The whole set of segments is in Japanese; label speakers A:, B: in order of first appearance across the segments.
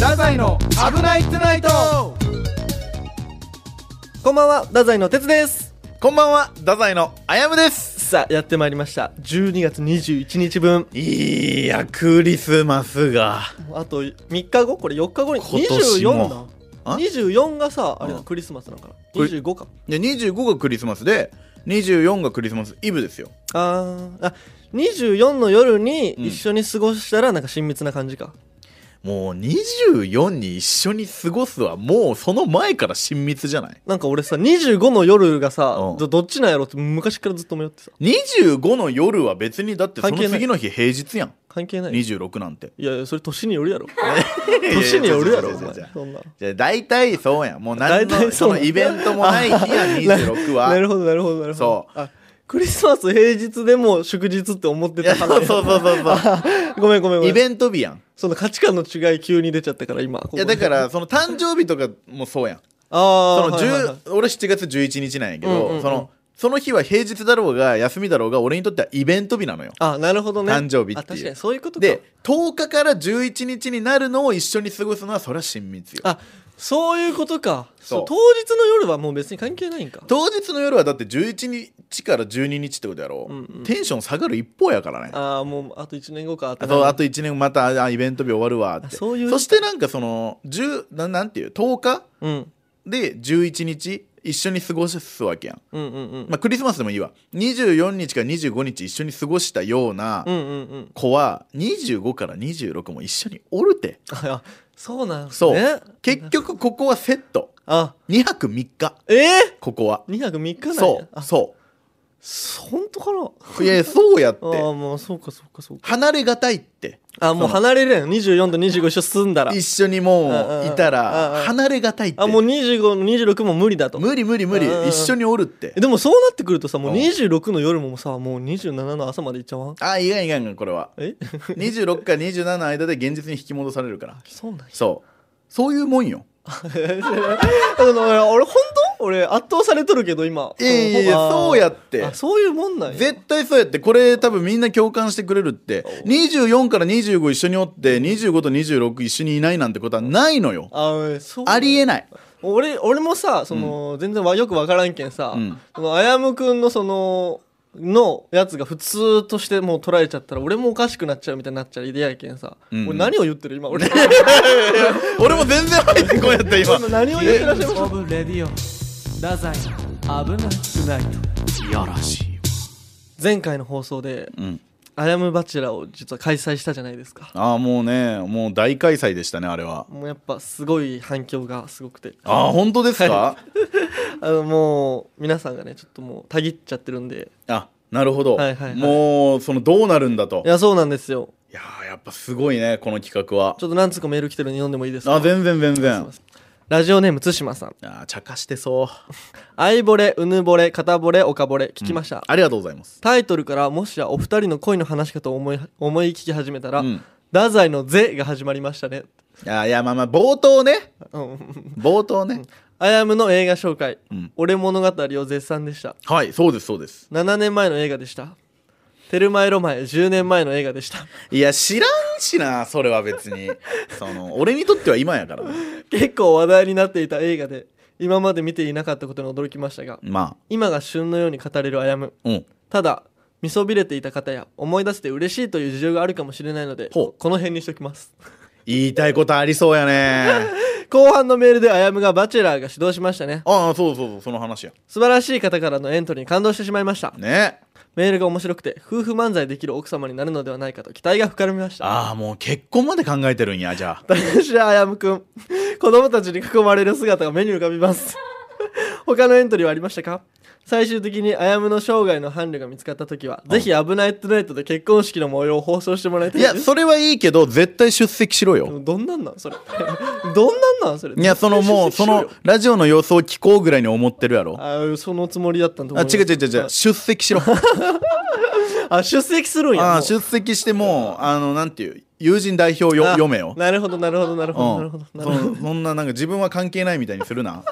A: 太宰の危ないトゥナイト
B: こんばんは、太宰の哲です。
C: こんばんは、太宰のあやむです。
B: さあ、やってまいりました。12月21日分。
C: いや、クリスマスが。
B: あと3日後これ4日後に。
C: 今年
B: 24
C: も
B: な。
C: あ
B: 24がさ、あれだ
C: うん
B: クリスマスなんかな。
C: これ
B: 25か。
C: で、25がクリスマスで、24がクリスマスイブですよ。
B: あーあ、24の夜に
C: うん
B: 一緒に過ごしたらなんか親密な感じか。
C: もう24に一緒に過ごすはもうその前から親密じゃない
B: なんか俺さ、25の夜がさ、
C: うん
B: どどっちなんやろって昔からずっと迷ってさ、
C: ?25 の夜は別にだってそ
B: 関
C: の
B: 係ない
C: 次の日平日やん。
B: 関係ない。い
C: 26なんて。
B: やいや、それ年によるやろ。 年によるやろ、お前。そんな。
C: じゃあ大体そうやん。もう何
B: 大体
C: の
B: そ
C: そうのイベントもない日や26は。
B: なるほど、なるほど、なるほど
C: そ。
B: あクリスマス平日でも祝日って思って
C: いや
B: た
C: そ
B: か
C: う
B: ら。
C: そうそうそうそ
B: ごめんごめんご
C: う。
B: め
C: イ
B: ん。
C: ベント日やん。
B: その価値観の違い急に出ちゃったから今。ここ
C: い
B: で
C: やだか、らその誕生日とかもそうやん。
B: あ
C: そ
B: あ、
C: の
B: はいはいはい
C: 10俺7月11日なんやけど、
B: うんうんうん
C: そのその日は平日だろうが休みだろうが俺にとってはイベント日なのよ
B: あ、なるほどね。
C: 誕生日っていう
B: あ確かにそういうことか。
C: で10日から11日になるのを一緒に過ごすのはそれは親密よ
B: あ、そういうことか。
C: そう
B: そう当日の夜はもう別に関係ないんか。
C: 当日の夜はだって11日から12日ってことやろ、
B: うんうん
C: テンション下がる一方やからね
B: ああ、もうあと1年後かって
C: あ
B: なる。
C: とあと1年またあイベント日終わるわっ
B: あ
C: て
B: そういう
C: そしてなんかその10ななんていう10日
B: うん。
C: で11日一緒に過ごすわけやん
B: うんうんうん。
C: まあ、クリスマスでもいいわ24日から25日一緒に過ごしたような
B: うんうんうん。
C: 子は25から26も一緒におるて
B: あ、そうなんす
C: そう、
B: ね。
C: 結局ここはセット
B: あ、
C: 2泊3日
B: ええ
C: ここは
B: ー、?2 泊3日なんや
C: そう
B: あ、
C: そ
B: 本当かな
C: ういやいやそうやって
B: ああ、もうそうかそうかそうか。
C: 離れがたいって
B: あ、もう離れれん。24と25一緒住んだら。
C: 一緒にもういた
B: うんうんうん
C: ら離れがたいって
B: あ、もう25、26も無理だと。
C: 無理無理無理
B: うんうんうん
C: 一緒におるって
B: えでもそうなってくるとさもううん26の夜もさもう27の朝まで行っちゃわん
C: あいがんいがんいがんこれは
B: え
C: 26から27の間で現実に引き戻されるから
B: そうなんや
C: そうそういうもんよ
B: あの俺俺本当俺圧倒されとるけど今
C: いやいやいや
B: あー
C: そうやって
B: あそういうもんなん や
C: 絶対そうやってこれ多分みんな共感してくれるって24から25一緒におって25と26一緒にいないなんてことはないのよ
B: あうんそう
C: ありえない
B: 俺俺もさその、全然わよくわからんけんさ、
C: うん
B: そのあやむくんのそののやつが普通としてもう捉えちゃったら俺もおかしくなっちゃうみたいになっちゃう嫌やけんさ、
C: うんうん
B: 俺何を言ってる今俺
C: 俺も全然入ってこうやった今
B: 今何を言ってらっしゃいました
A: オブレディオ太宰の危ないトゥナイト
C: いやらしい
B: 前回の放送で
C: うん
B: アヤムバチェラーを実は開催したじゃないですか
C: ああもうねもう大開催でしたねあれは
B: もうやっぱすごい反響がすごくてあ
C: ああ本当ですか
B: のもう皆さんがねちょっともうたぎっちゃってるんで
C: あなるほど
B: はいはいはい
C: もうそのどうなるんだと
B: いやそうなんですよ
C: いやーやっぱすごいねこの企画は
B: ちょっと何つうかメール来てるんで読んでもいいですか
C: あ全然全
B: すい
C: 然
B: ませんラジオネーム対馬さん
C: あー茶化してそう
B: 「相ぼれうぬぼれ片ぼれおかぼれ」聞きました、
C: ありがとうございます
B: タイトルからもしやお二人の恋の話かと思い思い聞き始めたら「
C: うん
B: 太宰のぜ」が始まりましたね
C: いやいやまあまあ冒頭ね
B: うん
C: 冒頭ね
B: アヤムの映画紹介「
C: うん
B: 俺物語」を絶賛でした
C: はいそうですそうです
B: 7年前の映画でしたテルマエロマエ10年前の映画でした
C: いや知らんしなそれは別にその俺にとっては今やからね
B: 結構話題になっていた映画で今まで見ていなかったことに驚きましたが
C: ま
B: 今が旬のように語れるあやむ
C: あうん
B: ただ見そびれていた方や思い出して嬉しいという事情があるかもしれないので
C: ほう
B: この辺にしときます
C: 言いたいことありそうやね
B: 後半のメールであやむがバチェラーが指導しましたね
C: ああそうそうそうその話や
B: 素晴らしい方からのエントリーに感動してしまいました
C: ね
B: メールが面白くて夫婦漫才できる奥様になるのではないかと期待が膨らみました
C: ああもう結婚まで考えてるんやじゃあ
B: 私はあやむくん子供たちに囲まれる姿が目に浮かびます 他のエントリーはありましたか最終的にあやむの生涯の伴侶が見つかった時は、ぜひ「危ないトゥナイト」で結婚式の模様を放送してもらいた
C: い
B: いです
C: やそれはいいけど絶対出席しろよ
B: どんなんなんそれ どんなんなんそれ
C: いやそのもう
B: 出席
C: そ
B: しろ
C: の
B: よ
C: ラジオの様子を聞こうぐらいに思ってるやろ
B: あそのつもりだったんと
C: あ
B: 思いま
C: 違
B: す
C: う違う違う違う出席 しろ
B: あ出席するんや
C: あ
B: も
C: あ
B: う
C: 出席してもうあのなんていう友人代表よ
B: あ
C: 読めよ
B: なるほどなるほどなるほ
C: う
B: どなんるほどなるほ
C: そそんななんか自分は関係ないみたいにするな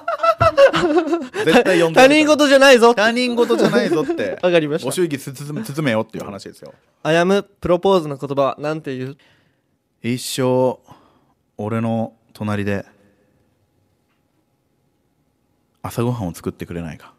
C: 絶対呼ん
B: ど
C: で
B: 他人事じゃないぞ
C: 他人事じゃないぞって
B: わかりまし
C: ご
B: た
C: 祝儀つつ包めよっていう話ですよ
B: あやむプロポーズの言葉はなんて言う
C: 一生俺の隣で朝ごはんを作ってくれないか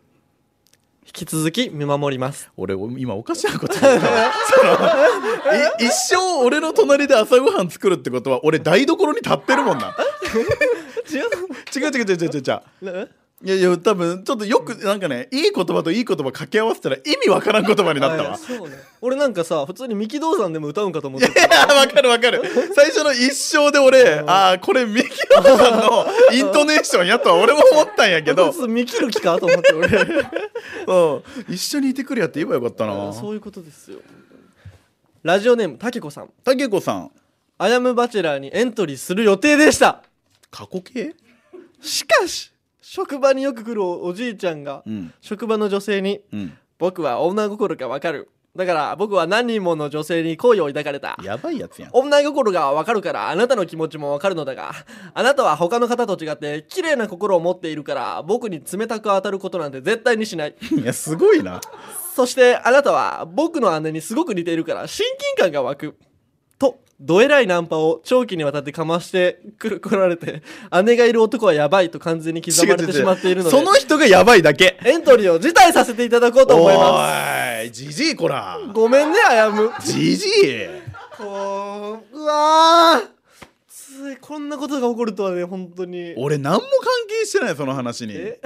B: 引き続き見守ります
C: 俺お今おかしなこと言ったわそのい一生俺の隣で朝ごはん作るってことは俺台所に立ってるもんな
B: 違
C: 違う違う違う違う違う違う
B: う
C: いやいや多分ちょっとよくなんかねいい言葉といい言葉掛け合わせたら意味わからん言葉になったわ
B: そうね俺なんかさ普通に三木道山でも歌うんかと思って
C: いや わかるわかる最初の一生で俺ああこれミキオさんのイントネーションやとは俺も思ったんやけ ど、
B: 見切る気かと思って俺
C: うん、一緒にいてくれやって言えばよかったな
B: そういうことですよラジオネームたけこさん
C: たけこさん
B: 「アヤムバチェラー」にエントリーする予定でした
C: 過去形
B: しかし職場によく来るおおじいちゃんが、
C: うん
B: 職場の女性に
C: うん
B: 「僕は女心がわかるだから僕は何人もの女性に好意を抱かれた」
C: やばいやつやん
B: 女心がわかるからあなたの気持ちもわかるのだがあなたは他の方と違って綺麗な心を持っているから僕に冷たく当たることなんて絶対にしな い
C: いやすごいな
B: そしてあなたは僕の姉にすごく似ているから親近感が湧くとどえらいナンパを長期にわたってかましてくる来られて姉がいる男はやばいと完全に刻まれてしまっているので
C: その人がやばいだけ
B: エントリーを辞退させていただこうと思いま
C: おいじじいこら
B: すごめんねあやむ
C: じじい
B: こううわーついこんなことが起こるとはね本当に
C: 俺何も関係してないその話に
B: え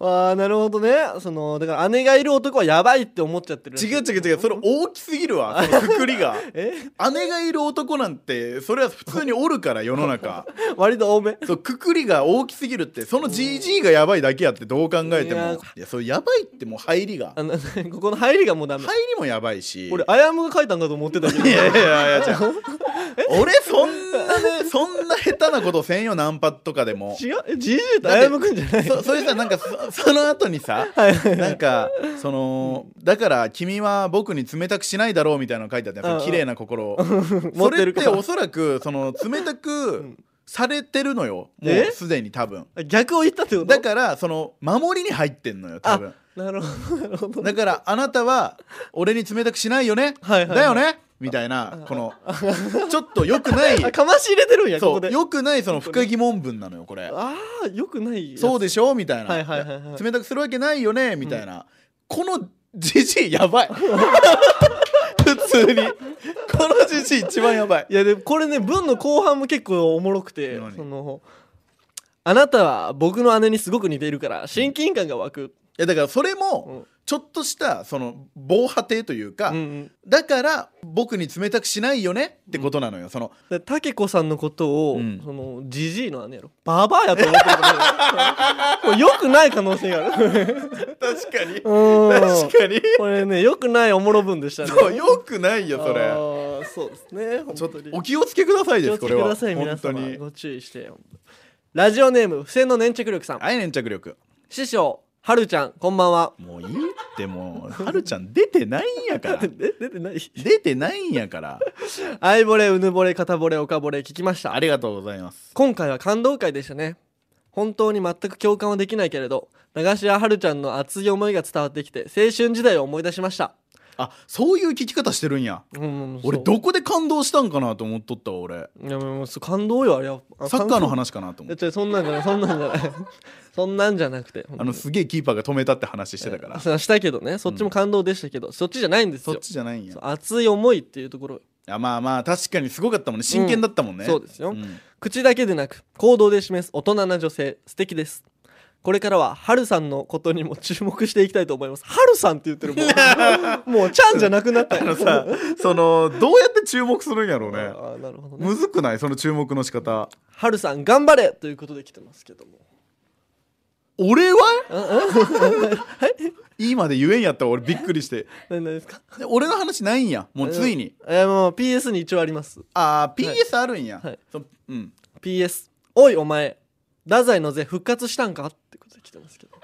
B: ああなるほどねそのだから姉がいる男はやばいって思っちゃってるらしい
C: 違う違う違うそれ大きすぎるわそのくくり が
B: え
C: 姉がいる男なんてそれは普通におるから世の 中
B: 割と多め
C: そうくくりが大きすぎるってその GG がやばいだけやってどう考えて
B: いや
C: もいやそれやばいってもう入りが
B: あの ここの入りがもうダメ、
C: 入りもやばいし
B: 俺あやむが書いたんかと思ってたけど
C: いやいやいや違う 俺そんなねそんな下手なことせんよナンパとかでも
B: 違うえ GG とあやむくんじゃない
C: そそ れさなんかそその後にさ
B: はいはいはい
C: なんかそのだから君は僕に冷たくしないだろうみたいなの書いてあった
B: うんう
C: よ
B: ん
C: 綺麗な心を
B: 持
C: そ
B: って
C: れ
B: る
C: っ
B: か
C: ておそらくその冷たくされてるのよも
B: え
C: うすでに多分
B: 逆を言ったってこと
C: だからその守りに入ってんのよ多分
B: あなるほどなるほど
C: だからあなたは俺に冷たくしないよね
B: はいはいはい
C: だよねみたいなこのちょっと良くない
B: あかまし入れてるんやこ
C: そ
B: こで
C: う良くないその深疑問文なのよこれ
B: ああよくない
C: そう
B: で
C: でしょみたいな、
B: はいはいはいはい
C: 冷たくするわけないよねみたいな、このじじいや ばい普通にこのじじい一番やばい
B: いやでもこれね文の後半も結構おもろくて
C: 何
B: そのあなたは僕の姉にすごく似ているから親近感が湧く、
C: いやだからそれ
B: うん
C: もちょっとしたその防波堤というか、
B: うんうん
C: だから僕に冷たくしないよねってことなのよその
B: でタケコさんのことを、
C: うん
B: そのジジイの姉やろババアやと思ってるからね これ良くない可能性があ る
C: 確かに
B: うん
C: かに
B: これね良くないおもろ文でしたね
C: そうよくないよそ
B: あ
C: れ
B: ーそうですね本
C: ちょっ
B: 当に
C: とお気をつけくださいです
B: 気
C: こ
B: をつ
C: れ
B: け
C: は
B: ください皆
C: 本当
B: 様
C: に
B: ご注意して本当にラジオネーム付箋の粘着力さん、
C: はい粘着力
B: 師匠はるちゃんこんばんは
C: もういいってもうはるちゃん出てないんや から
B: え出てない
C: 出てないんやから
B: 愛ぼれうぬぼれ片ぼれおかぼれ聞きました
C: ありがとうございます
B: 今回は感動会でしたね本当に全く共感はできないけれど長嶋春ちゃんの熱い思いが伝わってきて青春時代を思い出しました
C: あそういう聞き方してるんや
B: うん
C: 俺どこで感動したんかなと思っとったわ俺
B: いやもうそう感動よあれはあ
C: サッカーの
B: 感
C: 話かなと
B: 動
C: 思っ
B: い
C: て
B: や違うそんなんじゃないそんなんじゃない そんなんじゃなくて
C: あのすげえキーパーが止めたって話してたから
B: そうしたけどねそっちも感動でしたけど、そっちじゃないんです
C: そっ
B: よ
C: ちじゃないんや
B: そう熱い思いっていうところ、
C: あまあまあ確かにすごかったもんね真剣だったもんね
B: そうですよ、
C: うん
B: 口だけでなく行動で示す大人な女性素敵ですこれからはハルさんのことにも注目していきたいと思いますハルさんって言って るもうもうちゃんじゃなくなった
C: あ
B: よ
C: のさ そのどうやって注目するんやろうね
B: あーなるほどね
C: むずくないその注目の仕方
B: ハルさん頑張れということで来てますけども
C: 俺はいいまで言えんやったら俺びっくりして
B: 何何ですか
C: で俺の話ないんやもうついに
B: えーもう PS に一応あります
C: あー PS あるんや、
B: はい
C: そうん
B: PS おいお前太宰の税復活したんかってことで来てますけど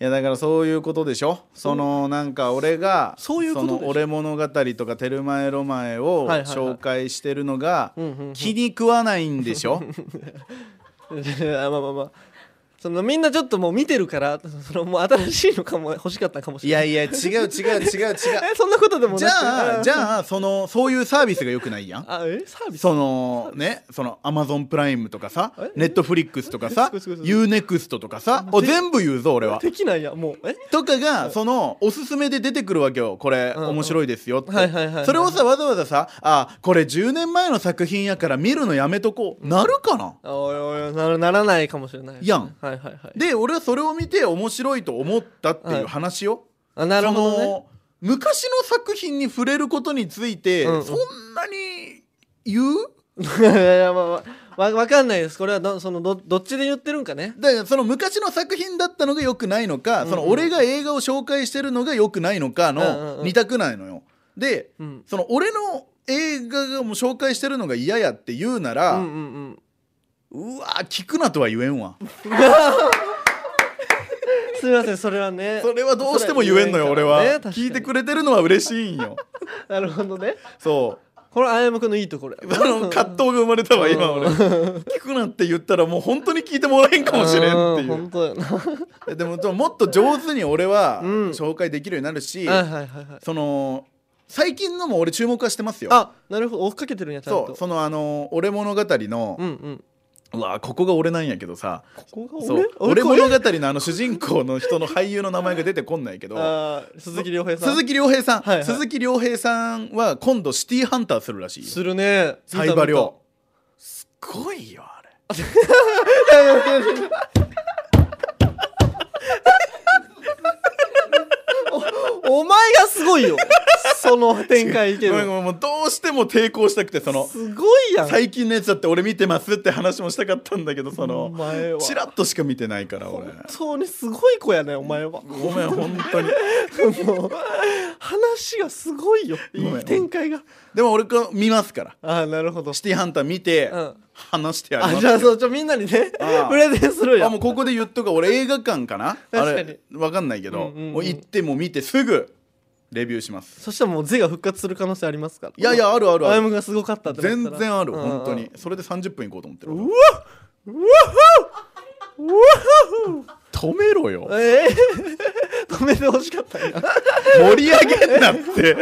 C: いやだからそういうことでしょそのなんか俺が
B: そういうことでしょ
C: の俺物語とか「テルマエ・ロマエ」を
B: はいはいはい
C: 紹介してるのが
B: うんうんうん
C: 気に食わないんでしょ
B: あまあまあまあそのみんなちょっともう見てるからそのもう新しいのかも欲しかったかもし
C: い
B: れな
C: や
B: い
C: いや違う違 う違う違う
B: えそんなことでもなく
C: じゃあじ
B: あ
C: ゃあそのそういうサービスがよくないやん
B: あえサービス
C: そのねそのアマゾンプライムとかさ
B: え
C: ネットフリックスとかさ
B: すごいすごいすごい
C: ユーネクストとかさお全部言うぞ俺は
B: できないやもうえ
C: とかがそのおすすめで出てくるわけよこれ
B: うんうん
C: 面白いですよって
B: はいはいはいはい
C: それをさわざわざさあこれ10年前の作品やから見るのやめとこうなるかな
B: あおいおいなるならないかもしれない
C: やん
B: はいはいはい
C: で俺はそれを見て面白いと思ったっていう話を
B: あなるほど
C: そ
B: ね
C: の昔の作品に触れることについて
B: うんうん
C: そんなに言う
B: い やいやまあまあわわかんないですこれはどそのどどっちで言ってるんかね
C: だからその昔の作品だったのが良くないのか、
B: うん
C: その俺が映画を紹介してるのが良くないのか
B: うんうんう
C: の
B: ん
C: 二択ないのよ。で、
B: うん
C: その俺の映画がもう紹介してるのが嫌やって言うな
B: う
C: ら、うん
B: うんうん
C: わ聞くなとは言えんわ。
B: すみませんそれはね
C: それはどうしても言えんのよ
B: そ
C: 俺
B: れ
C: は、
B: 言えんからね
C: 聞いてくれてるのは嬉しいんよ。
B: 確かになるほどね
C: そ
B: これあやむくんのいいと ころ や
C: う。その葛藤が生まれたわ今俺。聞くなって言ったらもう本当に聞いてもらえんかもしれんって
B: ん
C: い
B: 本当やなは
C: う。でもでももっと上手に俺は
B: うん
C: 紹介できるようになるし、
B: いはいはいはい
C: その最近のも俺注目はしてますよ。
B: あなるほど追っかけてるんやちゃん
C: そう
B: と
C: そのあの俺物語の
B: う、んうん
C: うわここが俺なんやけどさ
B: ここ
C: そう俺物語のあの主人公の人の俳優の名前が出てこんないけど
B: あー鈴木亮平さん
C: 鈴木亮平さん、
B: はいはい
C: 鈴木亮平さんは今度シティハンターするらしいよ
B: するね
C: サイバー亮すごいよあれ
B: 見た見たいやいやいやいや おお前がすごいよその展開いけ
C: ごめん
B: る
C: ごめんもうどうしても抵抗したくてその
B: すごいやん
C: 最近のやつだって俺見てますって話もしたかったんだけどそ
B: お
C: の
B: 前は
C: チラッとしか見てないから俺
B: 本当にすごい子やねお前は
C: ごめん本当に
B: もう 話がすごいよ
C: ごめん
B: いい展開が
C: でも俺こう見ますから
B: ああなるほど
C: シティハンター見て、
B: うん
C: 話してやり
B: あ
C: ます
B: じゃあそうちょみんなにね
C: ああ
B: プレゼンする
C: あ
B: や
C: もうここで言っとく俺映画館かなあ
B: 確かに
C: れわかんないけど、
B: うんうんうん
C: もう行ってもう見てすぐレビューします
B: そしたらもう「ゼ」が復活する可能性ありますから
C: いやいやあるある
B: ア
C: あ
B: イ
C: る
B: ムがすごかったってなった
C: 全
B: ら
C: 然ある
B: うんうん
C: 本当にそれで30分行こうと思ってる
B: うわうわふうわ
C: 止めろ
B: ふ
C: よ
B: うええ止めてほしかったんや
C: 盛り上げんなって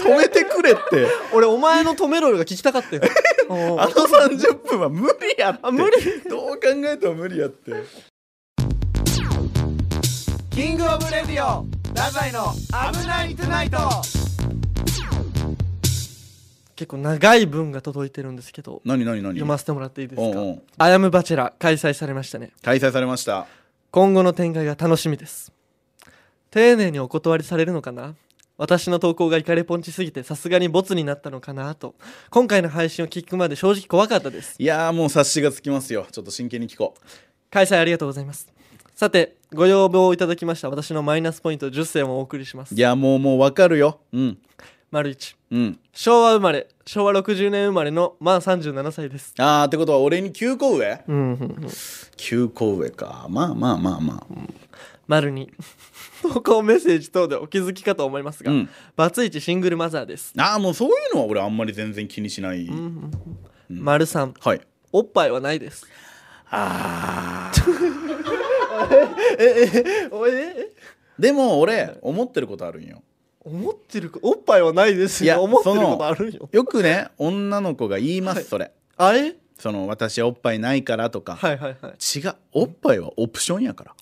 C: 止めてくれって
B: 俺お前の止めろよが聞きたかったよ うん
C: あの30分は無理やって
B: あ無理
C: どう考えても無理やって
A: キングオブレディオ太宰の危ないトゥナイト
B: 結構長い文が届いてるんですけど
C: 何何
B: 読
C: 何
B: ませてもらっていいです
C: うんうん
B: か「アヤムバチェラ」開催されましたね
C: 開催されました
B: 今後の展開が楽しみです丁寧にお断りされるのかな私の投稿がイカレポンチすぎてさすがにボツになったのかなと今回の配信を聞くまで正直怖かったです
C: いやーもう察しがつきますよちょっと真剣に聞こう
B: 開催ありがとうございますさてご要望をいただきました私のマイナスポイント10選をお送りします
C: いやもうもうわかるようん
B: 丸1
C: うん
B: 昭和生まれ昭和60年生まれの満37歳です
C: あーってことは俺に9個上
B: うんうんうん
C: 9個上かまあまあまあまあ
B: 丸2投稿メッセージ等でお気づきかと思いますが、
C: うん
B: バツイチシングルマザーです、
C: ああもうそういうのは俺あんまり全然気にしない、
B: うんうんうん、丸3
C: はい
B: おっぱいはないです
C: あ
B: おえ
C: でも俺思ってることあるんよ
B: 思ってるこおっぱいはないです
C: いや
B: よ思ってる
C: その
B: ことあるよ
C: よくね女の子が言いますそれ、
B: あれ
C: その私おっぱいないからとか、
B: はいはいはい
C: 違うおっぱいはオプションやから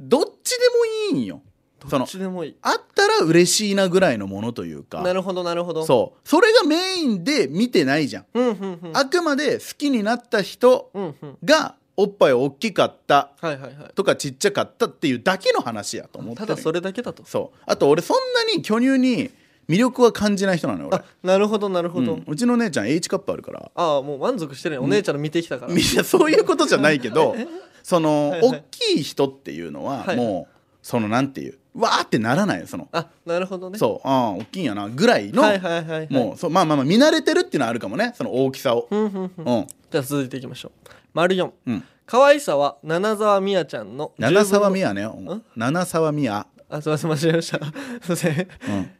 C: どっちでもいいんよそ
B: どっ
C: の
B: ちでもいい
C: あったら嬉しいなぐらいのものというか
B: なるほどなるほど
C: そうそれがメインで見てないじゃん、
B: うんうんうん
C: あくまで好きになった人
B: うんうん
C: がおっぱい大きかった
B: はいはいはい
C: とかちっちゃかったっていうだけの話やと思って
B: た
C: る
B: だそ
C: れ
B: れだけだと
C: そうあと俺そんなに巨乳に魅力は感じない人なのよ俺
B: あなるほどなるほ
C: う
B: ど、
C: ん、うちの姉ちゃん H カップあるから
B: ああもう満足してるねお姉ちゃんの見てきたから、
C: みんなそういうことじゃないけ どその、
B: はいはい
C: 大きい人っていうのは
B: はい
C: もう、そのなんていうわーってならないよその、
B: あなるほどね
C: そうああ大きいんやなぐらいの、
B: はいはいはいはい
C: もうそうまあまあまあ見慣れてるっていうのはあるかもねその大きさを、
B: うんうんうん
C: うん
B: じゃあ続いていきましょう丸4
C: うん
B: 可愛さは七沢美也ちゃんの
C: 七沢美
B: 也
C: 也ね、うん七沢美也
B: あすいません間違えました すいません、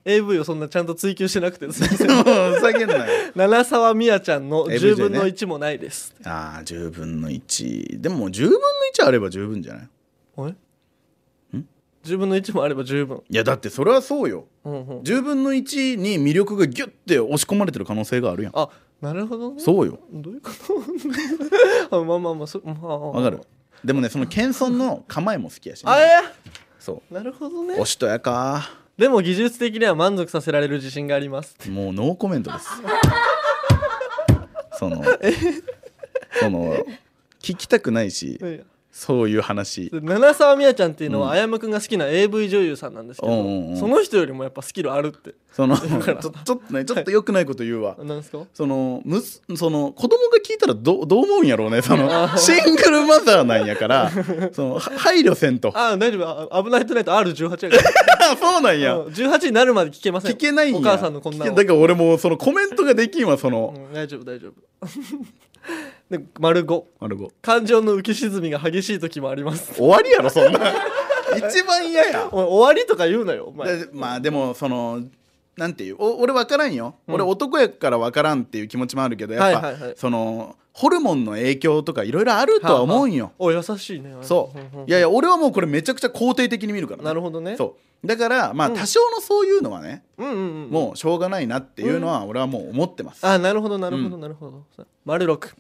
B: AV をそんなちゃんと追求してなく てすいません
C: ふざけんなよ
B: 七沢美也ちゃんの
C: AVJ ね
B: 10分の1もないです、
C: ああ10分の1でも10分の1あれば十分じゃない
B: おい10分の1もあれば十分、
C: いやだってそれはそうよ
B: うんうん、
C: 10分の1に魅力がギュッて押し込まれてる可能性があるやん
B: あなるほどね
C: そうよ
B: どういうこと あまあまあまあそまあ
C: わかるでもねその謙遜の構えも好きやし、ね、
B: あえ
C: そ
B: なるほど
C: うお
B: ね
C: しとやか
B: でも技術的には満足させられる自信があります
C: もうノーコメントですそのその聞きたくないし
B: で
C: そういう話
B: 七沢美也ちゃんっていうのは、あやむくんが好きな AV 女優さんなんですけど、
C: うんうんうん
B: その人よりもやっぱスキルあるって
C: そ のち
B: から
C: ょちょっとねちょっと良くないこと言うわ
B: なんですか
C: そのむすその子供が聞いたらどうどう思うんやろうねそのシングルマザーなんやから そのは配慮せんと
B: あ大丈夫あ危ないとないと R18 やか ら
C: そうなんや
B: うん18になるまで聞けません
C: 聞けないんや
B: お母さんのこんな
C: 聞
B: の
C: けだから俺もうそのコメントができんわその、
B: うん大丈夫大丈夫 で丸5
C: あれご
B: 感情の浮き沈みが激しい時もあります
C: 終わりやろそん な一番嫌や
B: お前終わりとか言うなよお前
C: でまあでもそのなんていうお俺分からんよ、俺男やから分からんっていう気持ちもあるけどやっぱ、
B: はいはいはい
C: そのホルモンの影響とかいろいろあるとは思うんよ、
B: お優しいね
C: そう
B: うんうん
C: いやいや俺はもうこれめちゃくちゃ肯定的に見るから、
B: なるほどね
C: そうだからまあ多少のそういうのはね、
B: うんうんうん
C: もうしょうがないなっていうのは俺はもう思ってます、
B: あなるほどなるほどなるほど、丸六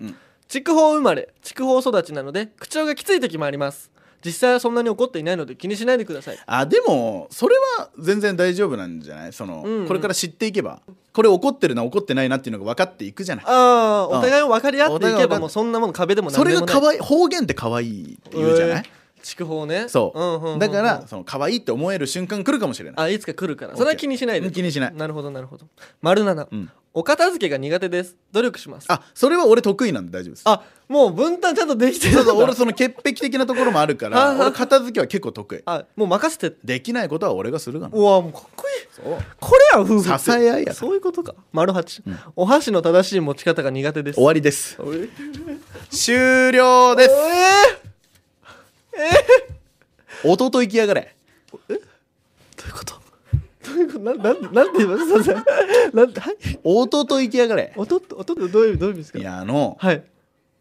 B: 筑豊生まれ筑豊育ちなので口調がきつい時もあります実際はそんなに怒っていないので気にしないでください
C: あでもそれは全然大丈夫なんじゃないその、
B: うんうん
C: これから知っていけばこれ怒ってるな怒ってないなっていうのが分かっていくじゃない
B: ああ
C: うん
B: お互いを分かり合ってい
C: お互い
B: け
C: を分か
B: ば
C: っ
B: もうそんなもの壁でも何
C: そ
B: で
C: れが
B: もない
C: 可愛い方言って可愛いって言うじゃない、
B: 筑豊ね
C: そう、
B: んうんうん
C: だからその可愛いって思える瞬間来るかもしれない
B: あいつか来るからそれは気にしないで
C: 気にしない
B: なるほどなるほど丸七、
C: うん
B: お片付けが苦手です努力しますあ
C: あそれは俺得意なんで大丈夫です
B: もう分担ちゃんとできてる
C: そ
B: んだ
C: うそう俺その潔癖的なところもあるか
B: あ
C: ら
B: ー
C: 俺片付けは結構得意
B: あもう任せて
C: できないことは俺がするがな
B: うわもうかっこいい
C: そう
B: これは夫婦って
C: 支え合いやな
B: そういうことか丸八、お箸の正しい持ち方が苦手です
C: 終わりです
B: おい
C: 終了です弟行きやがれ
B: どういうことどういうことななんでなんて言いますすいませんなんてはい
C: 弟行きやがれ
B: 音って音ってどういうどういう意味ですか
C: いやあの
B: はい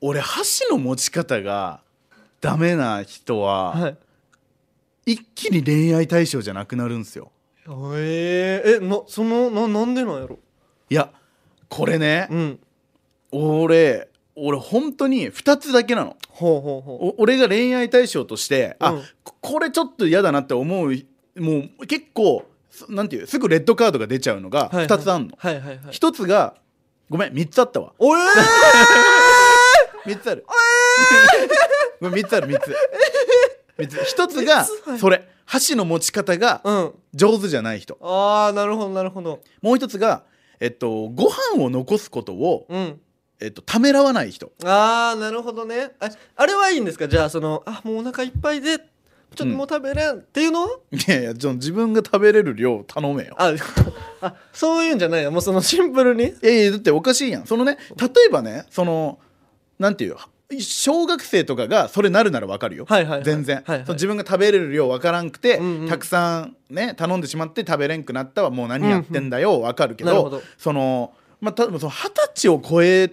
C: 俺箸の持ち方がダメな人
B: は
C: はい一気に恋愛対象じゃなくなるんすよ
B: えー、えなそのななんでなんやろ
C: いやこれね
B: うん
C: 俺俺本当に2つだけなの
B: ほうほうほう
C: お俺が恋愛対象としてあ、
B: うん
C: ここれちょっと嫌だなって思うもう結構すなんていうすぐレッドカードが出ちゃうのが
B: はいはい
C: 2つあんの、
B: はいはいはい
C: 1つがごめん3つあったわ
B: おえー、
C: 三つある。ごめん三つある三つ。三つ一つがそれ箸の持ち方が
B: うん
C: 上手じゃない人。
B: ああなるほどなるほど
C: もう一つがえっとご飯を残すことを
B: うん
C: えっとためらわない人。
B: ああなるほどねああれはいいんですかじゃあそのあもうお腹いっぱいでちょっともう食べれん、っていうのはい
C: やいやじゃあ自分が食べれる量頼めよ。
B: あ あそういうんじゃないよもうそのシンプルに
C: いやいやだっておかしいやん。そのね例えばねそのなんていう小学生とかがそれなるならわかるよ、
B: はいはいはい
C: 全然、
B: はいはい
C: その自分が食べれる量わからんくて、
B: うんうん
C: たくさんね頼んでしまって食べれんくなったはもう何やってんだよわ、かるけど
B: なるほど
C: そのまあ多分その二十歳を超え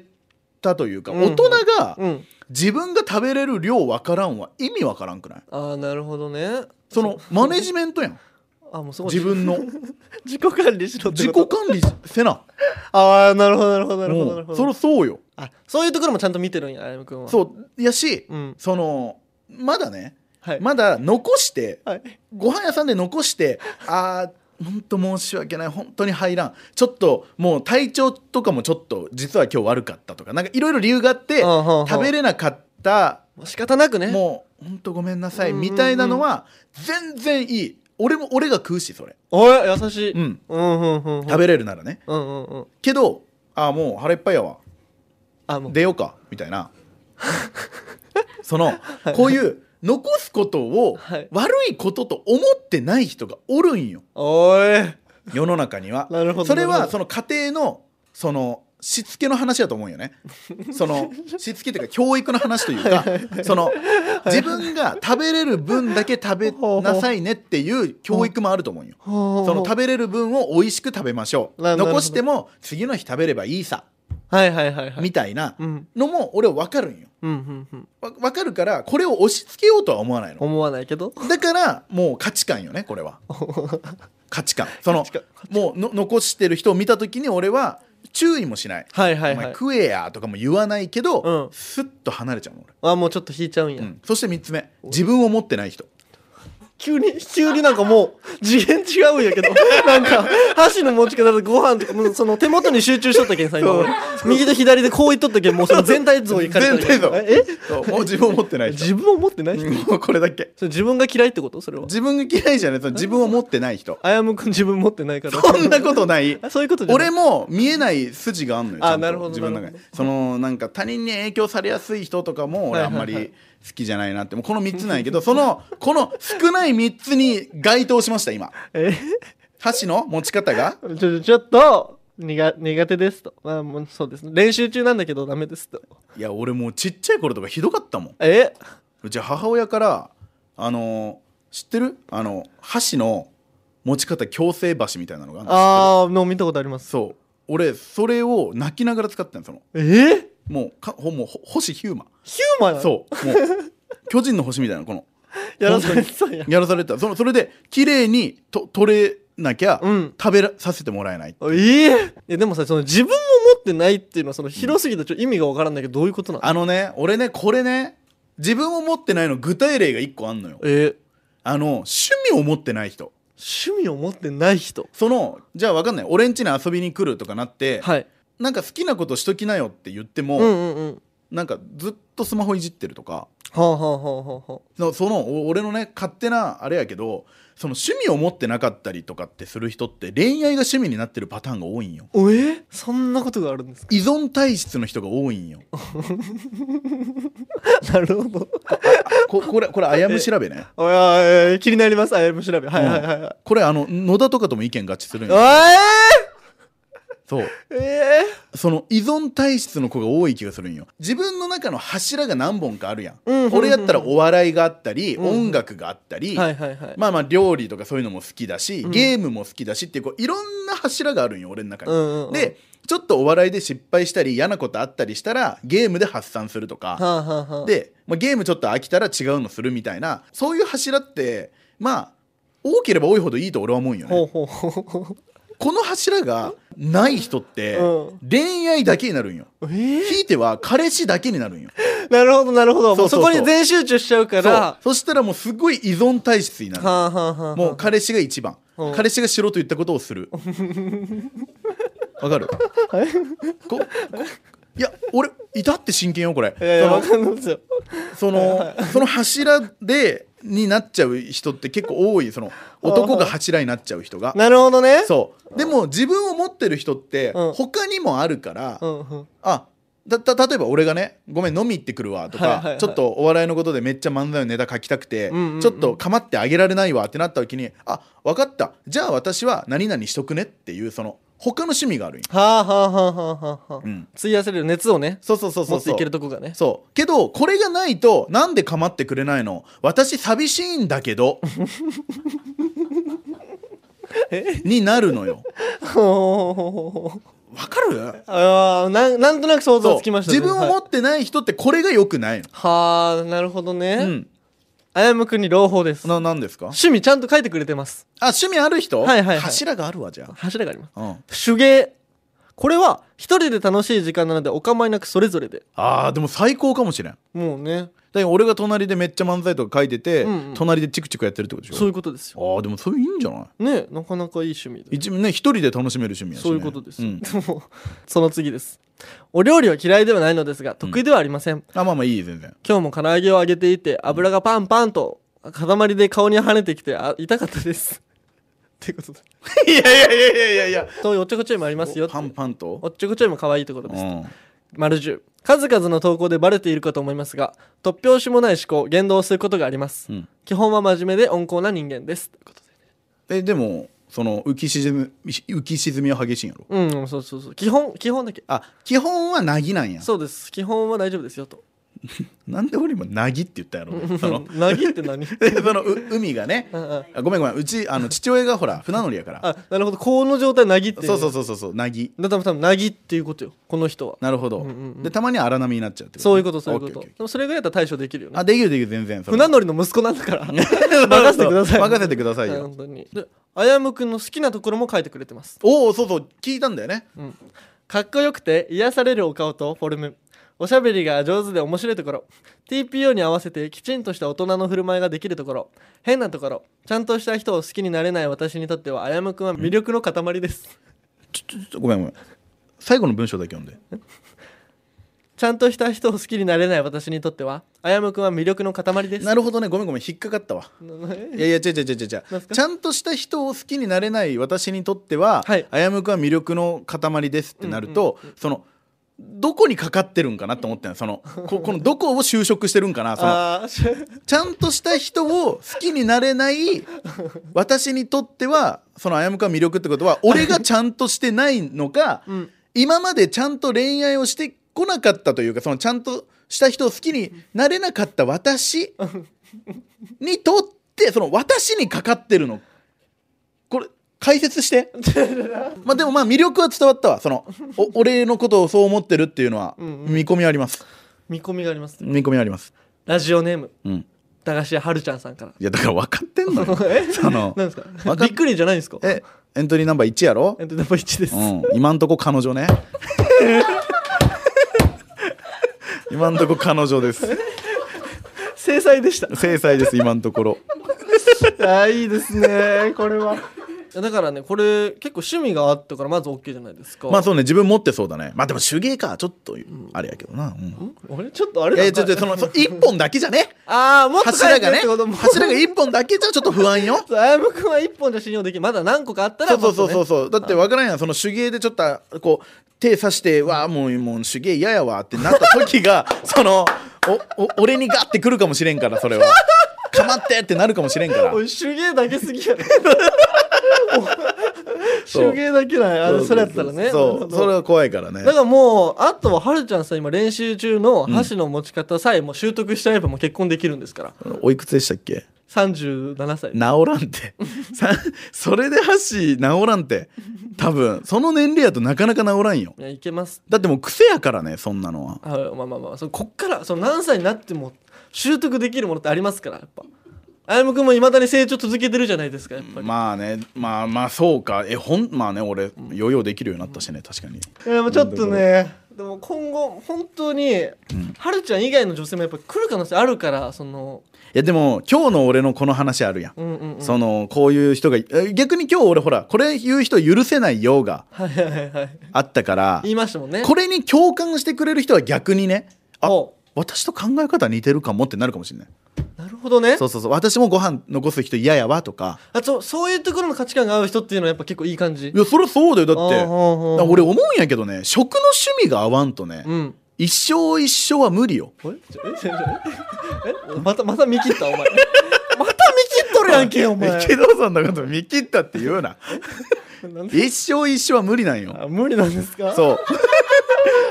C: たというか、
B: うんうん
C: 大人が、
B: うん
C: 自分が食べれる量わからんは意味わからんくない
B: ああなるほどね
C: そのマネジメントや ん
B: あもうそこ
C: 自分 の
B: 自己管理しろって
C: 自己
B: こと
C: 管理せな
B: ああなるほどなるほ どなるほどなる
C: う
B: ほ
C: ん
B: ど
C: そりゃそうよ
B: あそういうところもちゃんと見てるんやあやむくんはう
C: そうやし、
B: うん
C: そのまだね
B: はい、
C: まだ残して
B: はい、
C: ご飯屋さんで残してあーほんと申し訳ない本当に入らんちょっともう体調とかもちょっと実は今日悪かったとかなんかいろいろ理由があって
B: うんうんうん
C: 食べれなかった
B: もう仕方なくね
C: もうほんとごめんなさい
B: うんうんうん
C: みたいなのは全然いい俺も俺が食うしそれ
B: おい優しい、
C: うん
B: うんうんうんうん
C: 食べれるならね
B: うんうんうん
C: けどあーもう腹いっぱいやわ
B: あもう
C: 出ようかみたいなそのこういう残すことを
B: はい
C: 悪いことと思ってない人がおるんよ
B: おい
C: 世の中には
B: なるほど
C: それ
B: なるほ
C: は
B: ど
C: その家庭のそのしつけの話だと思うんよねそのしつけというか教育の話というかその自分が食べれる分だけ食べなさいねっていう教育もあると思うんよ
B: ほう
C: その食べれる分を美味しく食べましょう
B: ななるほど
C: 残しても次の日食べればいいさ
B: はいはいはいはい
C: みたいな
B: うん
C: のも俺は分かるんよ
B: うんうんうん
C: わ分かるからこれを押し付けようとは思わないの
B: 思わないけど
C: だからもう価値観よねこれは価値観その
B: 値観
C: もうの残してる人を見た時に俺は注意もしない
B: はいはい
C: お前
B: はい
C: 食えやとかも言わないけど、
B: うん
C: スッと離れちゃうの
B: あもうちょっと引いちゃうんや、
C: 俺、うんそして3つ目自分を持ってない人
B: 急に急になんかもう次元違うんやけど なんか箸の持ち方でご飯とかもうその手元に集中しとったけんさ今俺右と左でこういっとったけんもうその全体像いかれてる
C: 全体像
B: え
C: そうもう自分を持ってな
B: え
C: い人
B: 自分を持ってない人、
C: も うこれだけ
B: それ自分が嫌いってことそれは
C: 自分が嫌いじゃないその自分を持ってない 人
B: あやむくん自分持ってないから
C: そんなことない
B: あそういうことじゃない
C: 俺も見えない筋があんのよ
B: あ
C: ちゃんと
B: なるほど
C: 自分の中に
B: な
C: そのなんか他人に影響されやすい人とかも俺
B: は
C: あ
B: い
C: ん
B: はいは
C: ま
B: い
C: り好きじゃないなってもうこの3つなんやけどそ のこの少ない3つに該当しました今
B: え
C: 箸の持ち方が
B: ちょちょっと苦苦手ですとまあもうそうですね練習中なんだけどダメですと
C: いや俺もうちっちゃい頃とかひどかったもん
B: え
C: うち母親からあの知ってるあの箸の持ち方矯正箸みたいなのがあるの
B: ああの見たことあります
C: そう俺それを泣きながら使ってたのその
B: えー
C: もうかほもうほ星ヒューマ
B: ヒューマン
C: ンそうもう巨人の星みたいなこの
B: やらされてたんや
C: やらされてたそのそれで綺麗にと取れなきゃ、
B: うん
C: 食べらさせてもらえない
B: ええいやでもさその自分も持ってないっていうのはその広すぎてちょっと意味がわからんだけどどういうことなの、
C: あのね俺ねこれね自分を持ってないの具体例が1個あんのよ
B: えー
C: あの趣味を持ってない人
B: 趣味を持ってない人
C: そのじゃあ分かんない俺ん家に遊びに来るとかなって、
B: はい
C: なんか好きなことしときなよって言っても、
B: うんうんうん
C: なんかずっとスマホいじってるとか
B: はあはあはあはあは
C: そのそのお俺のね勝手なあれやけどその趣味を持ってなかったりとかってする人って恋愛が趣味になってるパターンが多いんよ
B: あおえーそんなことがあるんですか
C: 依存体質の人が多いんよ
B: なるほど
C: ここれこれあやむ調べね
B: おやえー気になりますあやむ調べはいはいはいはい、
C: これあの野田とかとも意見合致するん
B: お
C: よそう
B: えー、え
C: その依存体質の子が多い気がするんよ自分の中の柱が何本かあるやん、
B: うんうんうんうん
C: 俺やったらお笑いがあったり、
B: んうん
C: 音楽があったり、
B: ー、はいはいはい、
C: まあまあ料理とかそういうのも好きだし、ゲームも好きだしっていうこういろんな柱があるんよ俺の中に、
B: うんうんうん
C: でちょっとお笑いで失敗したり嫌なことあったりしたらゲームで発散するとか、
B: はあはあはあ
C: で、まあ、ゲームちょっと飽きたら違うのするみたいなそういう柱ってまあ多ければ多いほどいいと俺は思うんよ
B: ほう
C: ね
B: ほうほうほ
C: この柱がない人って
B: うん
C: 恋愛だけになるんよ
B: うえ
C: ひいては彼氏だけになるんよ
B: ー、なるほどなるほども
C: そううそ
B: そ
C: そ
B: う
C: う
B: こに全集中しちゃうから
C: そうそしたらもうすごい依存体質になる
B: はあはあはあ
C: もう彼氏が一番
B: うん
C: 彼氏がしろと言ったことをするわかるここいや俺いたって真剣よこれ
B: いやいやわ
C: そ
B: かんないですよ
C: のそのその柱でになっちゃう人って結構多いその男が柱になっちゃう人が
B: なるほどね
C: そうでも自分を持ってる人って
B: うん
C: 他にもあるから、
B: うんうん
C: あたた例えば俺がね「ごめん飲み行ってくるわ」とか、
B: はいはいはい
C: ちょっとお笑いのことでめっちゃ漫才のネタ書きたくて、
B: うんうんうん
C: ちょっと構ってあげられないわってなった時に「あ分かったじゃあ私は何々しとくね」っていうその他の趣味があるんよ
B: はあはあはあはあはあはあ、
C: うん
B: 費やせる熱をね
C: そうそうそうそ
B: 持
C: う
B: って
C: そう
B: いけるとこがね
C: そうけどこれがないとなんで構ってくれないの私寂しいんだけ どになるのよ
B: ほうほうほうほうほう
C: わかる
B: ああなんなんとなく想像
C: そう
B: つきました、ね、
C: 自分を持
B: はい
C: ってない人ってこれがよくないの、
B: はあなるほどね、
C: うん
B: あやむくんに朗報です
C: ななんですか
B: 趣味ちゃんと書いてくれてます
C: あ趣味ある人、
B: はいはいはい
C: 柱があるわじゃ
B: 柱があります
C: あ、うん、
B: 手芸これは一人で楽しい時間なのでお構いなくそれぞれで
C: あーでも最高かもしれんだ
B: もうね
C: けど俺が隣でめっちゃ漫才とか書いてて、
B: うんうん
C: 隣でチクチクやってるってことでし
B: そう
C: ょ
B: いうことですよ
C: あーでもそれいいんじゃない
B: ねなかなかいい趣味で
C: 一ね一人で楽しめる趣味やし、ね、
B: そういうことです、
C: ん
B: で もその次ですお料理は嫌いではないのですが得意ではありません
C: あまあまあいい全然
B: 今日も唐揚げを揚げていて油がパンパンと塊で顔に跳ねてきてあ痛かったです ってことで
C: いやいやいやいやいや
B: そういうおっちょこちょいもありますよって
C: パンパンと
B: おっちょこちょいも可愛いところ
C: う
B: です、
C: ん
B: 丸10数々の投稿でバレているかと思いますが突拍子もない思考言動をすることがあります、
C: うん
B: 基本は真面目で温厚な人間ですということで
C: えでもその浮き沈み浮き沈みは激しいんやろ
B: うんうんそうそうそう基本基本だけ
C: あ基本はなぎなんや
B: そうです基本は大丈夫ですよと
C: なんで俺今なぎって言ったや ろその
B: なぎって 何
C: でそのう海がね
B: うんうん
C: あごめんごめんうちあの父親がほら船乗りやから
B: あなるほどこの状態なぎって
C: そうそう
B: う
C: そうそうそうなぎ
B: だから多分なぎっていうことよこの人は
C: なるほど、
B: うんうんうん
C: でたまに荒波になっちゃうって
B: そういうことそういうこ
C: オッ
B: と
C: ケーオッケーオッケ
B: でもそれぐらいだったら対処できるよ
C: ーあ
B: ね
C: できるできる全然それ
B: 船乗りの息子なんだから 任
C: 任
B: せてください
C: 任せてください
B: はい
C: よ、
B: 本当にであやむくんの好きなところも書いてくれてます
C: おおそうそう聞いたんだよね
B: かっこよくて癒されるお顔とフォルムおしゃべりが上手で面白いところ TPO に合わせてきちんとした大人の振る舞いができるところ変なところちゃんとした人を好きになれない私にとってはあやむくんは魅力の塊です
C: ちょちょちょごめんごめん最後の文章だけ読んで
B: ちゃんとした人を好きになれない私にとってはあやむくんは魅力の塊です
C: なるほどねごめんごめん引っかかったわいやいや違う違う違う違う
B: なんすか
C: ちゃんとした人を好きになれない私にとっては、
B: はい
C: あやむくんは魅力の塊ですってなると、そのどこにかかってるんかなと思ったのそのここのどこを就職してるんかなその
B: あー
C: ちゃんとした人を好きになれない私にとってはそのあやむくんは魅力ってことは俺がちゃんとしてないのか、
B: ん
C: 今までちゃんと恋愛をしてこなかったというかそのちゃんとした人を好きになれなかった私にとってその私にかかってるのこれ解説して まあでもまあ魅力は伝わったわそのお俺のことをそう思ってるっていうのは
B: うんうん
C: 見込みあります
B: 見込みがあります
C: 見込みあります
B: ラジオネーム
C: うん
B: 駄菓子屋はるちゃんさん から
C: いやだから分かってんの よその
B: 何です
C: わ
B: か
C: か
B: びっくりじゃないですか
C: えエントリーナンバー1やろ
B: エ、ントリーナンバー1です、
C: うん、今んとこ彼女 ね今んとこ彼女です
B: 制裁で した
C: 制裁です今んところ
B: あーいいですねこれはだからねこれ結構趣味があったからまず OK じゃないですか
C: まあそうね自分持ってそうだねまあでも手芸かちょっとあれやけどな、うん、
B: あれちょっとあれ
C: い
B: だ
C: やちょっとそのその1本だけじゃね
B: ああもっと
C: 柱がね
B: ってことも
C: 柱が1本だけじゃちょっと不安よ
B: あやむくんは1本じゃ信用できないまだ何個かあったら
C: そうそうそうそううそうだって分からんやんその手芸でちょっとこう手刺して「わあもうもう手芸嫌やわ」ってなった時 がそのおお俺にガッてくるかもしれんからそれは「かまって!」ってなるかもしれんから
B: おい手芸だけすぎやろ
C: そう
B: 手芸だけないあのそれやったらねなる
C: そ
B: ほ
C: う
B: ど
C: それは怖いからね
B: だからもうあとははるちゃんさ今練習中の箸の持ち方さえもう習得しちゃえばもう結婚できるんですから
C: おいくつでしたっけ
B: 37歳
C: 治らん てさそれで箸治らんて多分その年齢やとなかなか治らんよ
B: いやいけます
C: だってもう癖やからねそんなのは
B: あまあまあまあそのこっからその何歳になっても習得できるものってありますからやっぱあやむくんもいまだに成長続けてるじゃないですかやっぱり、
C: まあねまあまあそうかえほんまあね俺ヨーヨーできるようになったしね確かに
B: いやもうちょっとねでも今後本当に、はるちゃん以外の女性もやっぱ来る可能性あるからその
C: いやでも今日の俺のこの話あるやん、
B: うんうんうん
C: そのこういう人がえ逆に今日俺ほらこれ言う人許せないようが
B: はいはいはいはい
C: あったから
B: 言いましたもんね
C: これに共感してくれる人は逆にねあ
B: お
C: 私と考え方似てるかもってなるかもしれない
B: なるほどね
C: そうそうそう私もご飯残す人嫌やわとか
B: あそうそういうところの価値観が合う人っていうのはやっぱ結構いい感じ
C: いやそりゃそうだよだって
B: あーほうほう
C: だから俺思うんやけどね食の趣味が合わんとね、
B: うん
C: 一生一生は無理よ
B: えちょえちょえちょええまた また見切ったお前また見切っとるやんけお
C: ミ
B: 前
C: キドーさんのこと見切ったって言う な
B: なんで
C: 一生一生は無理なんよ
B: あ無理なんですか
C: そう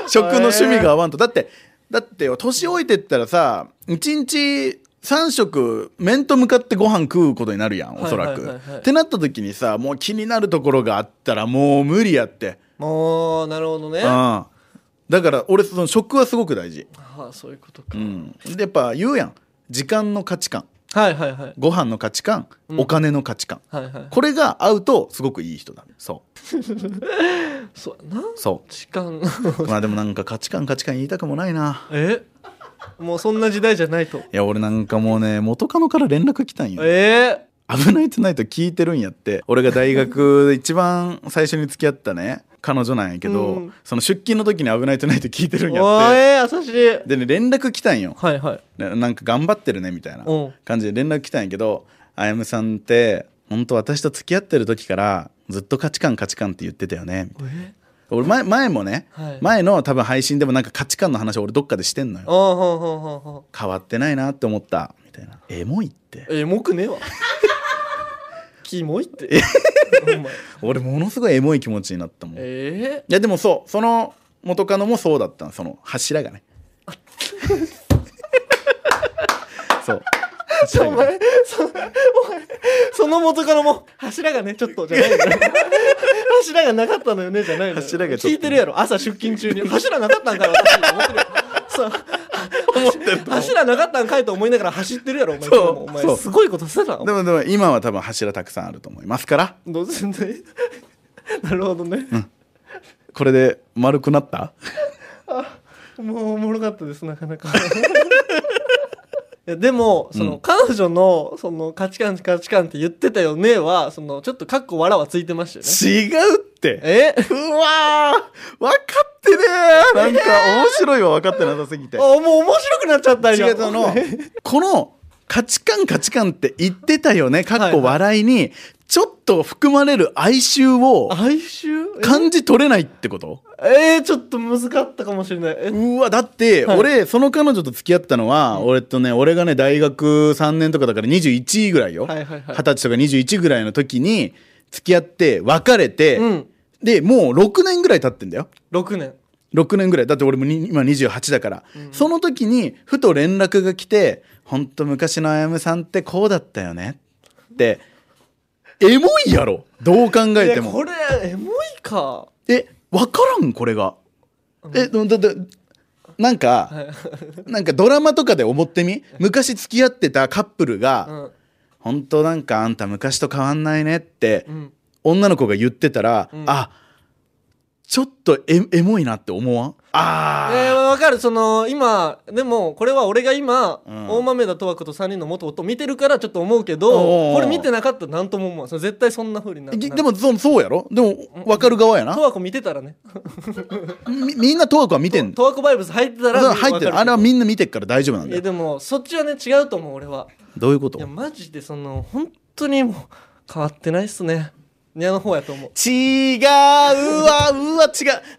C: 食の趣味が合わんとだってだってよ年老いてったらさ1日3食面と向かってご飯食うことになるやんおそらく、
B: はいはいはいはい
C: ってなった時にさもう気になるところがあったらもう無理やって、
B: もうなるほどね
C: う
B: あ
C: ん、だから俺その食はすごく大事、
B: あそういうこと
C: う
B: か、
C: ん、でやっぱ言うやん時間の価値観
B: はいはいはい
C: ご飯の価値観、
B: うん
C: お金の価値観
B: はいはい
C: これが合うとすごくいい人だそう
B: そうやな
C: そ
B: 時間
C: うまあでもなんか価値観価値観言いたくもないな
B: えもうそんな時代じゃないと
C: いや俺なんかもうね元カノから連絡来たんよ
B: え
C: 「危ないトゥナイト」聞いてるんやって俺が大学で一番最初に付き合ったね彼女なんやけど、
B: うん
C: その出勤の時に「危ないトゥナイト」聞いてる
B: ー、
C: ん
B: お
C: やっ
B: え優しい
C: てでね連絡来たんよ
B: はいはい
C: ななんか頑張ってるねみたいな
B: うん
C: 感じで連絡来たんやけどあやむさんって本当私と付き合ってる時からずっと価値観価値観って言ってたよねみたいな
B: え
C: 俺前前もね、
B: はい
C: 前の多分配信でもなんか価値観の話俺どっかでしてんのよ
B: ああほんほんほんほん
C: 変わってないなって思ったみたいなエモいって
B: えエモくねえわキモいって。お前
C: 俺ものすごいエモい気持ちになったもんい
B: え
C: やでもそうその元カノもそうだったのその柱がねそう
B: え
C: 柱
B: お
C: が
B: 前、そお前、その元からも、柱がね、ちょっと、じゃないのよ 柱がなかったのよね、じゃないのよ。
C: 柱がちょっと
B: 聞いてるやろ、朝出 勤中に。柱なかったんかな、私って思ってるよ。さ
C: 思ってると思う
B: 柱なかったんかいと思いながら走ってるやろ、お前。
C: そう
B: 今日もお
C: そう
B: 前、すごいことしてた
C: で
B: の
C: もでも今は多分柱たくさんあると思いますから
B: どうすんだい なるほどね。
C: これで丸くなった
B: もうおもろかったですなかな かいやでもその、彼女のその価値観価値観って言ってたよねはそのちょっとかっこわらはついてましたよね
C: 違うって
B: え
C: うわー分かってねーなんか面白いわ分かってなさすぎて
B: あもう面白くなっちゃったよ
C: 違うそのこの価値観価値観って言ってたよねかっこ笑いにちょっと含まれる哀愁を
B: 哀愁
C: 感じ取れないってこと
B: ええー、ちょっと難かったかもしれないう
C: わだって
B: はい
C: 俺、その彼女と付き合ったのは、俺とね俺がね大学3年とかだから21ぐらいよ
B: は
C: 二
B: い
C: 十、
B: はいはい
C: 歳とか21ぐらいの時に付き合って別れて、
B: うん
C: でもう6年ぐらい経ってんだよ
B: 6年
C: 6年ぐらいだって俺もに今28だから、その時にふと連絡が来て「ほんと昔のあやむさんってこうだったよね」ってエモいやろどう考えて
B: いや
C: も
B: これエモいか
C: え分からんこれが、えだだだなんか、なんかドラマとかで思ってみ昔付き合ってたカップルが「
B: うん
C: ほんとなんかあんた昔と変わんないね」って、
B: うん
C: 女の子が言ってたら、あちょっとエエモいなって思わんあー
B: えー、わかるその今でもこれは俺が今、
C: うん
B: 大豆田とわ子と3人の元夫見てるからちょっと思うけ
C: おー
B: どこれ見てなかったら何とも思わんそれ絶対そんな風になる
C: ででもそそうやろでも分かる側やな
B: とわ子見てたらね
C: みみんな十和子は見てん
B: とわ子バイブス入ってたら
C: そう入ってるあれは
B: ん
C: みんな見てっから大丈夫なんだ
B: え
C: よ
B: でもそっちはね違うと思う俺は
C: どういうこと
B: いやマジでその本当にもう変わってないっすねニャの方やと思う
C: 違ううわうわ違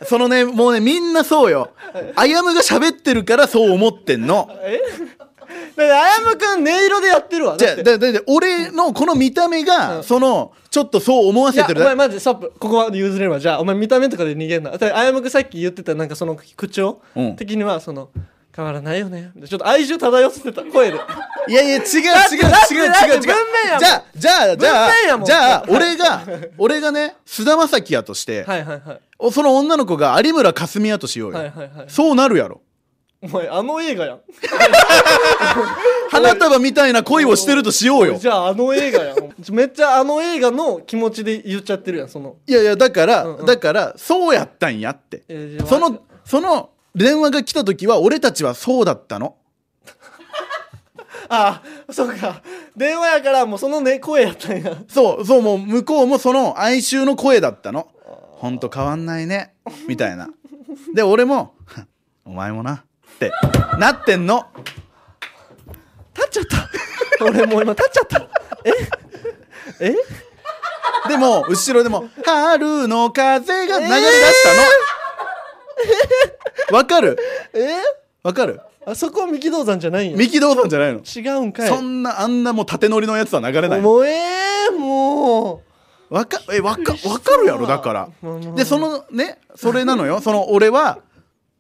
C: うそのねもうねみんなそうよあやむが喋ってるからそう思ってんの
B: え だってあやむくん音色でやってるわ
C: じゃ
B: だ
C: あ
B: って
C: だだだ俺のこの見た目
B: う
C: が
B: ん
C: そのちょっとそう思わ
B: い
C: せ
B: や
C: て
B: お
C: るだ
B: 前マジでストップここは譲れるわじゃあお前見た目とかで逃げんなだってあやむくさっき言ってたなんかその口調
C: うん
B: 的にはその、変わらないよねみたいなちょっと哀愁漂ってた声 で
C: いやいや違う違う
B: って
C: 違う
B: だって
C: 違う違う
B: だって文面やもん
C: じゃあじゃあじゃ
B: 文面や
C: あ
B: もん
C: じゃあ俺が俺がね菅田将暉やとして
B: はいはいはい
C: おその女の子が有村架純やとしようよ、
B: はいはいはい
C: そうなるやろ
B: お前あの映画やん
C: 花束みたいな恋をしてるとしようよ
B: じゃああの映画やんめっちゃあの映画の気持ちで言っちゃってるやんその
C: いやいやだから、
B: うんうん
C: だからそうやったんやって
B: いやじゃあ
C: そのその電話が来た時は俺たちはそうだったの
B: ああそうか電話やからもうそのね声やったんや
C: そうそうもう向こうもその哀愁の声だったのほんと変わんないねみたいなで俺も 「お前もな」ってなってんの
B: 立っちゃった 俺もう今立っちゃったええ
C: でも後ろでも「春の風が流れ出したの」わ、かる
B: え
C: わかる
B: あそこは三木道山じゃないんや
C: 三木道山じゃないの
B: 違うんかい
C: そんなあんなもう縦乗りのやつは流れないの
B: もうええも
C: わかえわかわかるやろだから
B: まあまあ
C: でそのねそれなのよそ の俺は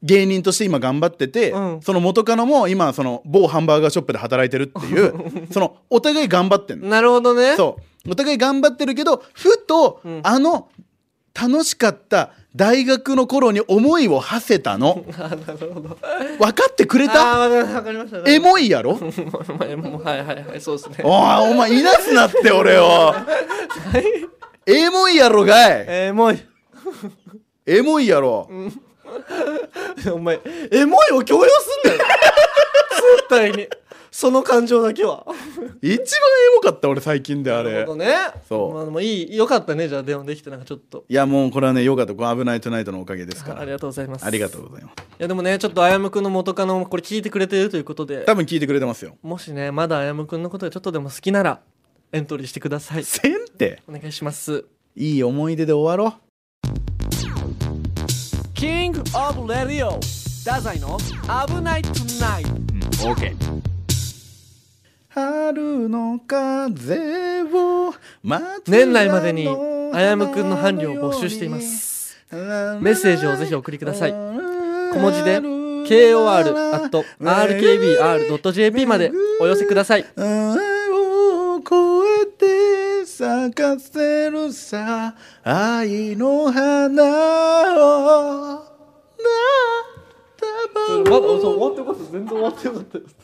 C: 芸人として今頑張ってて、
B: うん
C: その元カノも今その某ハンバーガーショップで働いてるっていう そのお互い頑張ってん
B: う
C: の
B: なるほどね
C: そうお互い頑張ってるけどふと、
B: うん
C: あの楽しかった大学の頃に思いを馳せた の
B: あなるほど
C: 分かってくれた
B: あーわかわかりましたわか
C: エ
B: りま
C: モいや ろ
B: したお前もうはいはいはいそうですね
C: おいお前いなすなって 俺をエモいやろがい
B: エモい
C: エモいやろ、
B: お前エモいを強要すんなよ絶対にその感情だけは
C: 一番エモかった俺最近であ
B: なる
C: れ
B: ほどね
C: そう
B: まあ、でもいいよかったねじゃあ電話できてなんかちょっと
C: いやもうこれはねよかったこの危ないトゥナイト」のおかげですか
B: あ
C: ら
B: りがとうございます
C: ありがと
B: いう
C: ございます
B: やでもねちょっとあやむくんの元カノもこれ聞いてくれてるということで
C: 多分聞いてくれてますよ
B: もしねまだあやむくんのことがちょっとでも好きならエントリーしてください
C: せんって
B: お願いします
C: いい思い出で終わろ
A: キングオブレディオ太宰の危ないトゥナイト
C: う、うん、OK 春の風を待つ
B: 年内までにあやむくんの伴侶を募集しています
C: メッ
B: メッセージをぜひお送りください小文字で kor.rkbr.jp までお寄せください
C: 愛を超えて咲かせるさ愛の花を
B: ま
C: な
B: だ終わってます全然終わってなかったです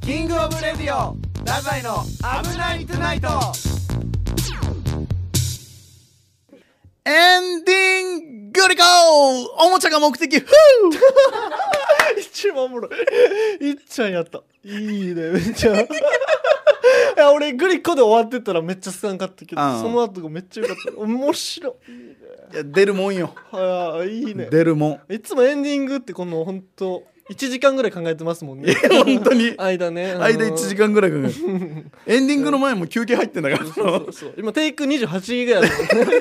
A: キングオブレディオ太宰の危ないトゥナイト
C: エンディングリコおもちゃが目的ふう
B: 一番おもろいいっちゃんやったいいねめっちゃいや俺グリッコで終わってたらめっちゃすかんかったけど、
C: うん
B: その後がめっちゃよかった面白い
C: いや出るもんよ
B: はいいいね
C: 出るもん
B: いつもエンディングってこの本当1時間ぐらい考えてますもんね
C: 本当に
B: 間ね
C: 間1時間ぐらいかかるエンディングの前も休憩入ってんだからそ
B: 間そ
C: の
B: うそう今テイク28ぐらいだったもん ね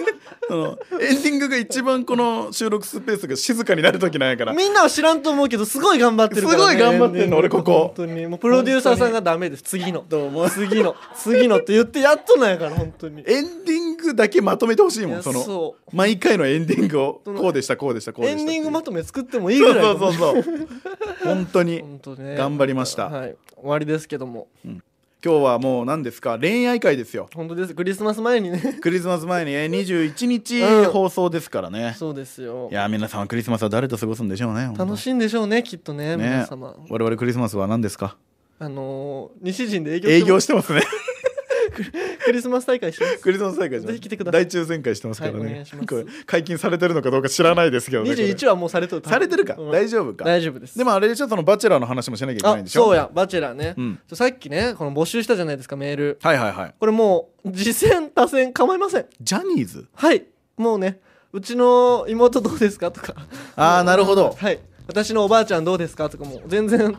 C: そのエンディングが一番この収録スペースが静かになる時なんやから
B: みんなは知らんと思うけどすごい頑張ってるから、ね、
C: すごい頑張ってんの
B: エンディング
C: 俺ここ
B: 本当にもうプロデューサーさんがダメです次の
C: どうも
B: 次の次のって言ってやっとなんやから本当に
C: エンディングだけまとめてほしい
B: い
C: も
B: や
C: んその
B: そ
C: 毎回のエンディングを
B: その
C: こうでしたこうでしたこうでし
B: エ
C: た
B: ンディングま
C: ま
B: とめ作ってもいいぐらい
C: そうそうそうそう本当に
B: 本当ね
C: 頑張りました
B: はい終わりですけども
C: 今日はもう何ですか恋愛会ですよ
B: 本当ですクリスマス前 にね
C: クリスマス前にえー21
B: うん
C: 日放送ですからね、
B: そうですよ
C: いやー皆さんはクリスマスは誰と過ごすんでしょうね
B: 楽しいんでしょうねきっとね
C: い
B: 皆
C: ね
B: 様
C: 我々クリスマスは何ですか
B: あのー西陣で営業
C: 営業
B: し
C: してますね
B: てますクリスマス大会してます
C: クリスマス大会じゃん
B: ぜひ来てください
C: 大抽選会してますから
B: はいお願
C: ね
B: いします、
C: これ解禁されてるのかどうか知らないですけどねこれ
B: 21はもうされてる
C: されてるか、
B: うん
C: 大丈夫か
B: 大丈夫です
C: でもあれでしょそのバチェラーの話もしなきゃいけないん
B: あ
C: でしょ
B: そうやバチェラーね
C: うん
B: さっきねこの募集したじゃないですかメール
C: はいはいはい
B: これもう次戦他戦構いません
C: ジャニーズ
B: はいもうねうちの妹どうですかとか
C: あーなるほど
B: はい私のおばあちゃんどうですかとかもう全然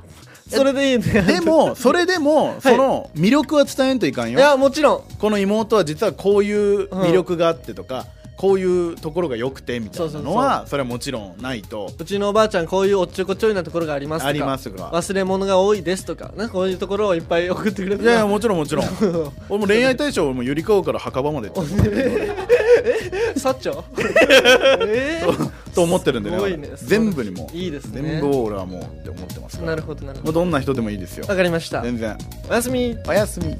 B: それでいいんで
C: でもそれでもその魅力は伝えんといかん
B: い
C: よ、
B: やもちろん
C: この妹は実はこういう魅力があってとか、こういうところが良くてみたいなのはそれはもちろんないと
B: うちのおばあちゃんこういうおっちょこちょいなところがありますとか
C: ありますが
B: 忘れ物が多いですとかなんかこういうところをいっぱい送ってくれて
C: いやいやもちろんもちろん 俺も恋愛対象俺もゆりかごから墓場までって
B: さっちゃんえ
C: と思ってるんでね
B: すごいね
C: 俺全部にもう
B: いいですね
C: 全部を俺はもうって思ってます
B: ー
C: か
B: な
C: ら
B: るほどなるほ
C: もう
B: ど
C: どんな人でもいいですよ
B: わかりました
C: 全然
B: おやすみ
C: おやすみ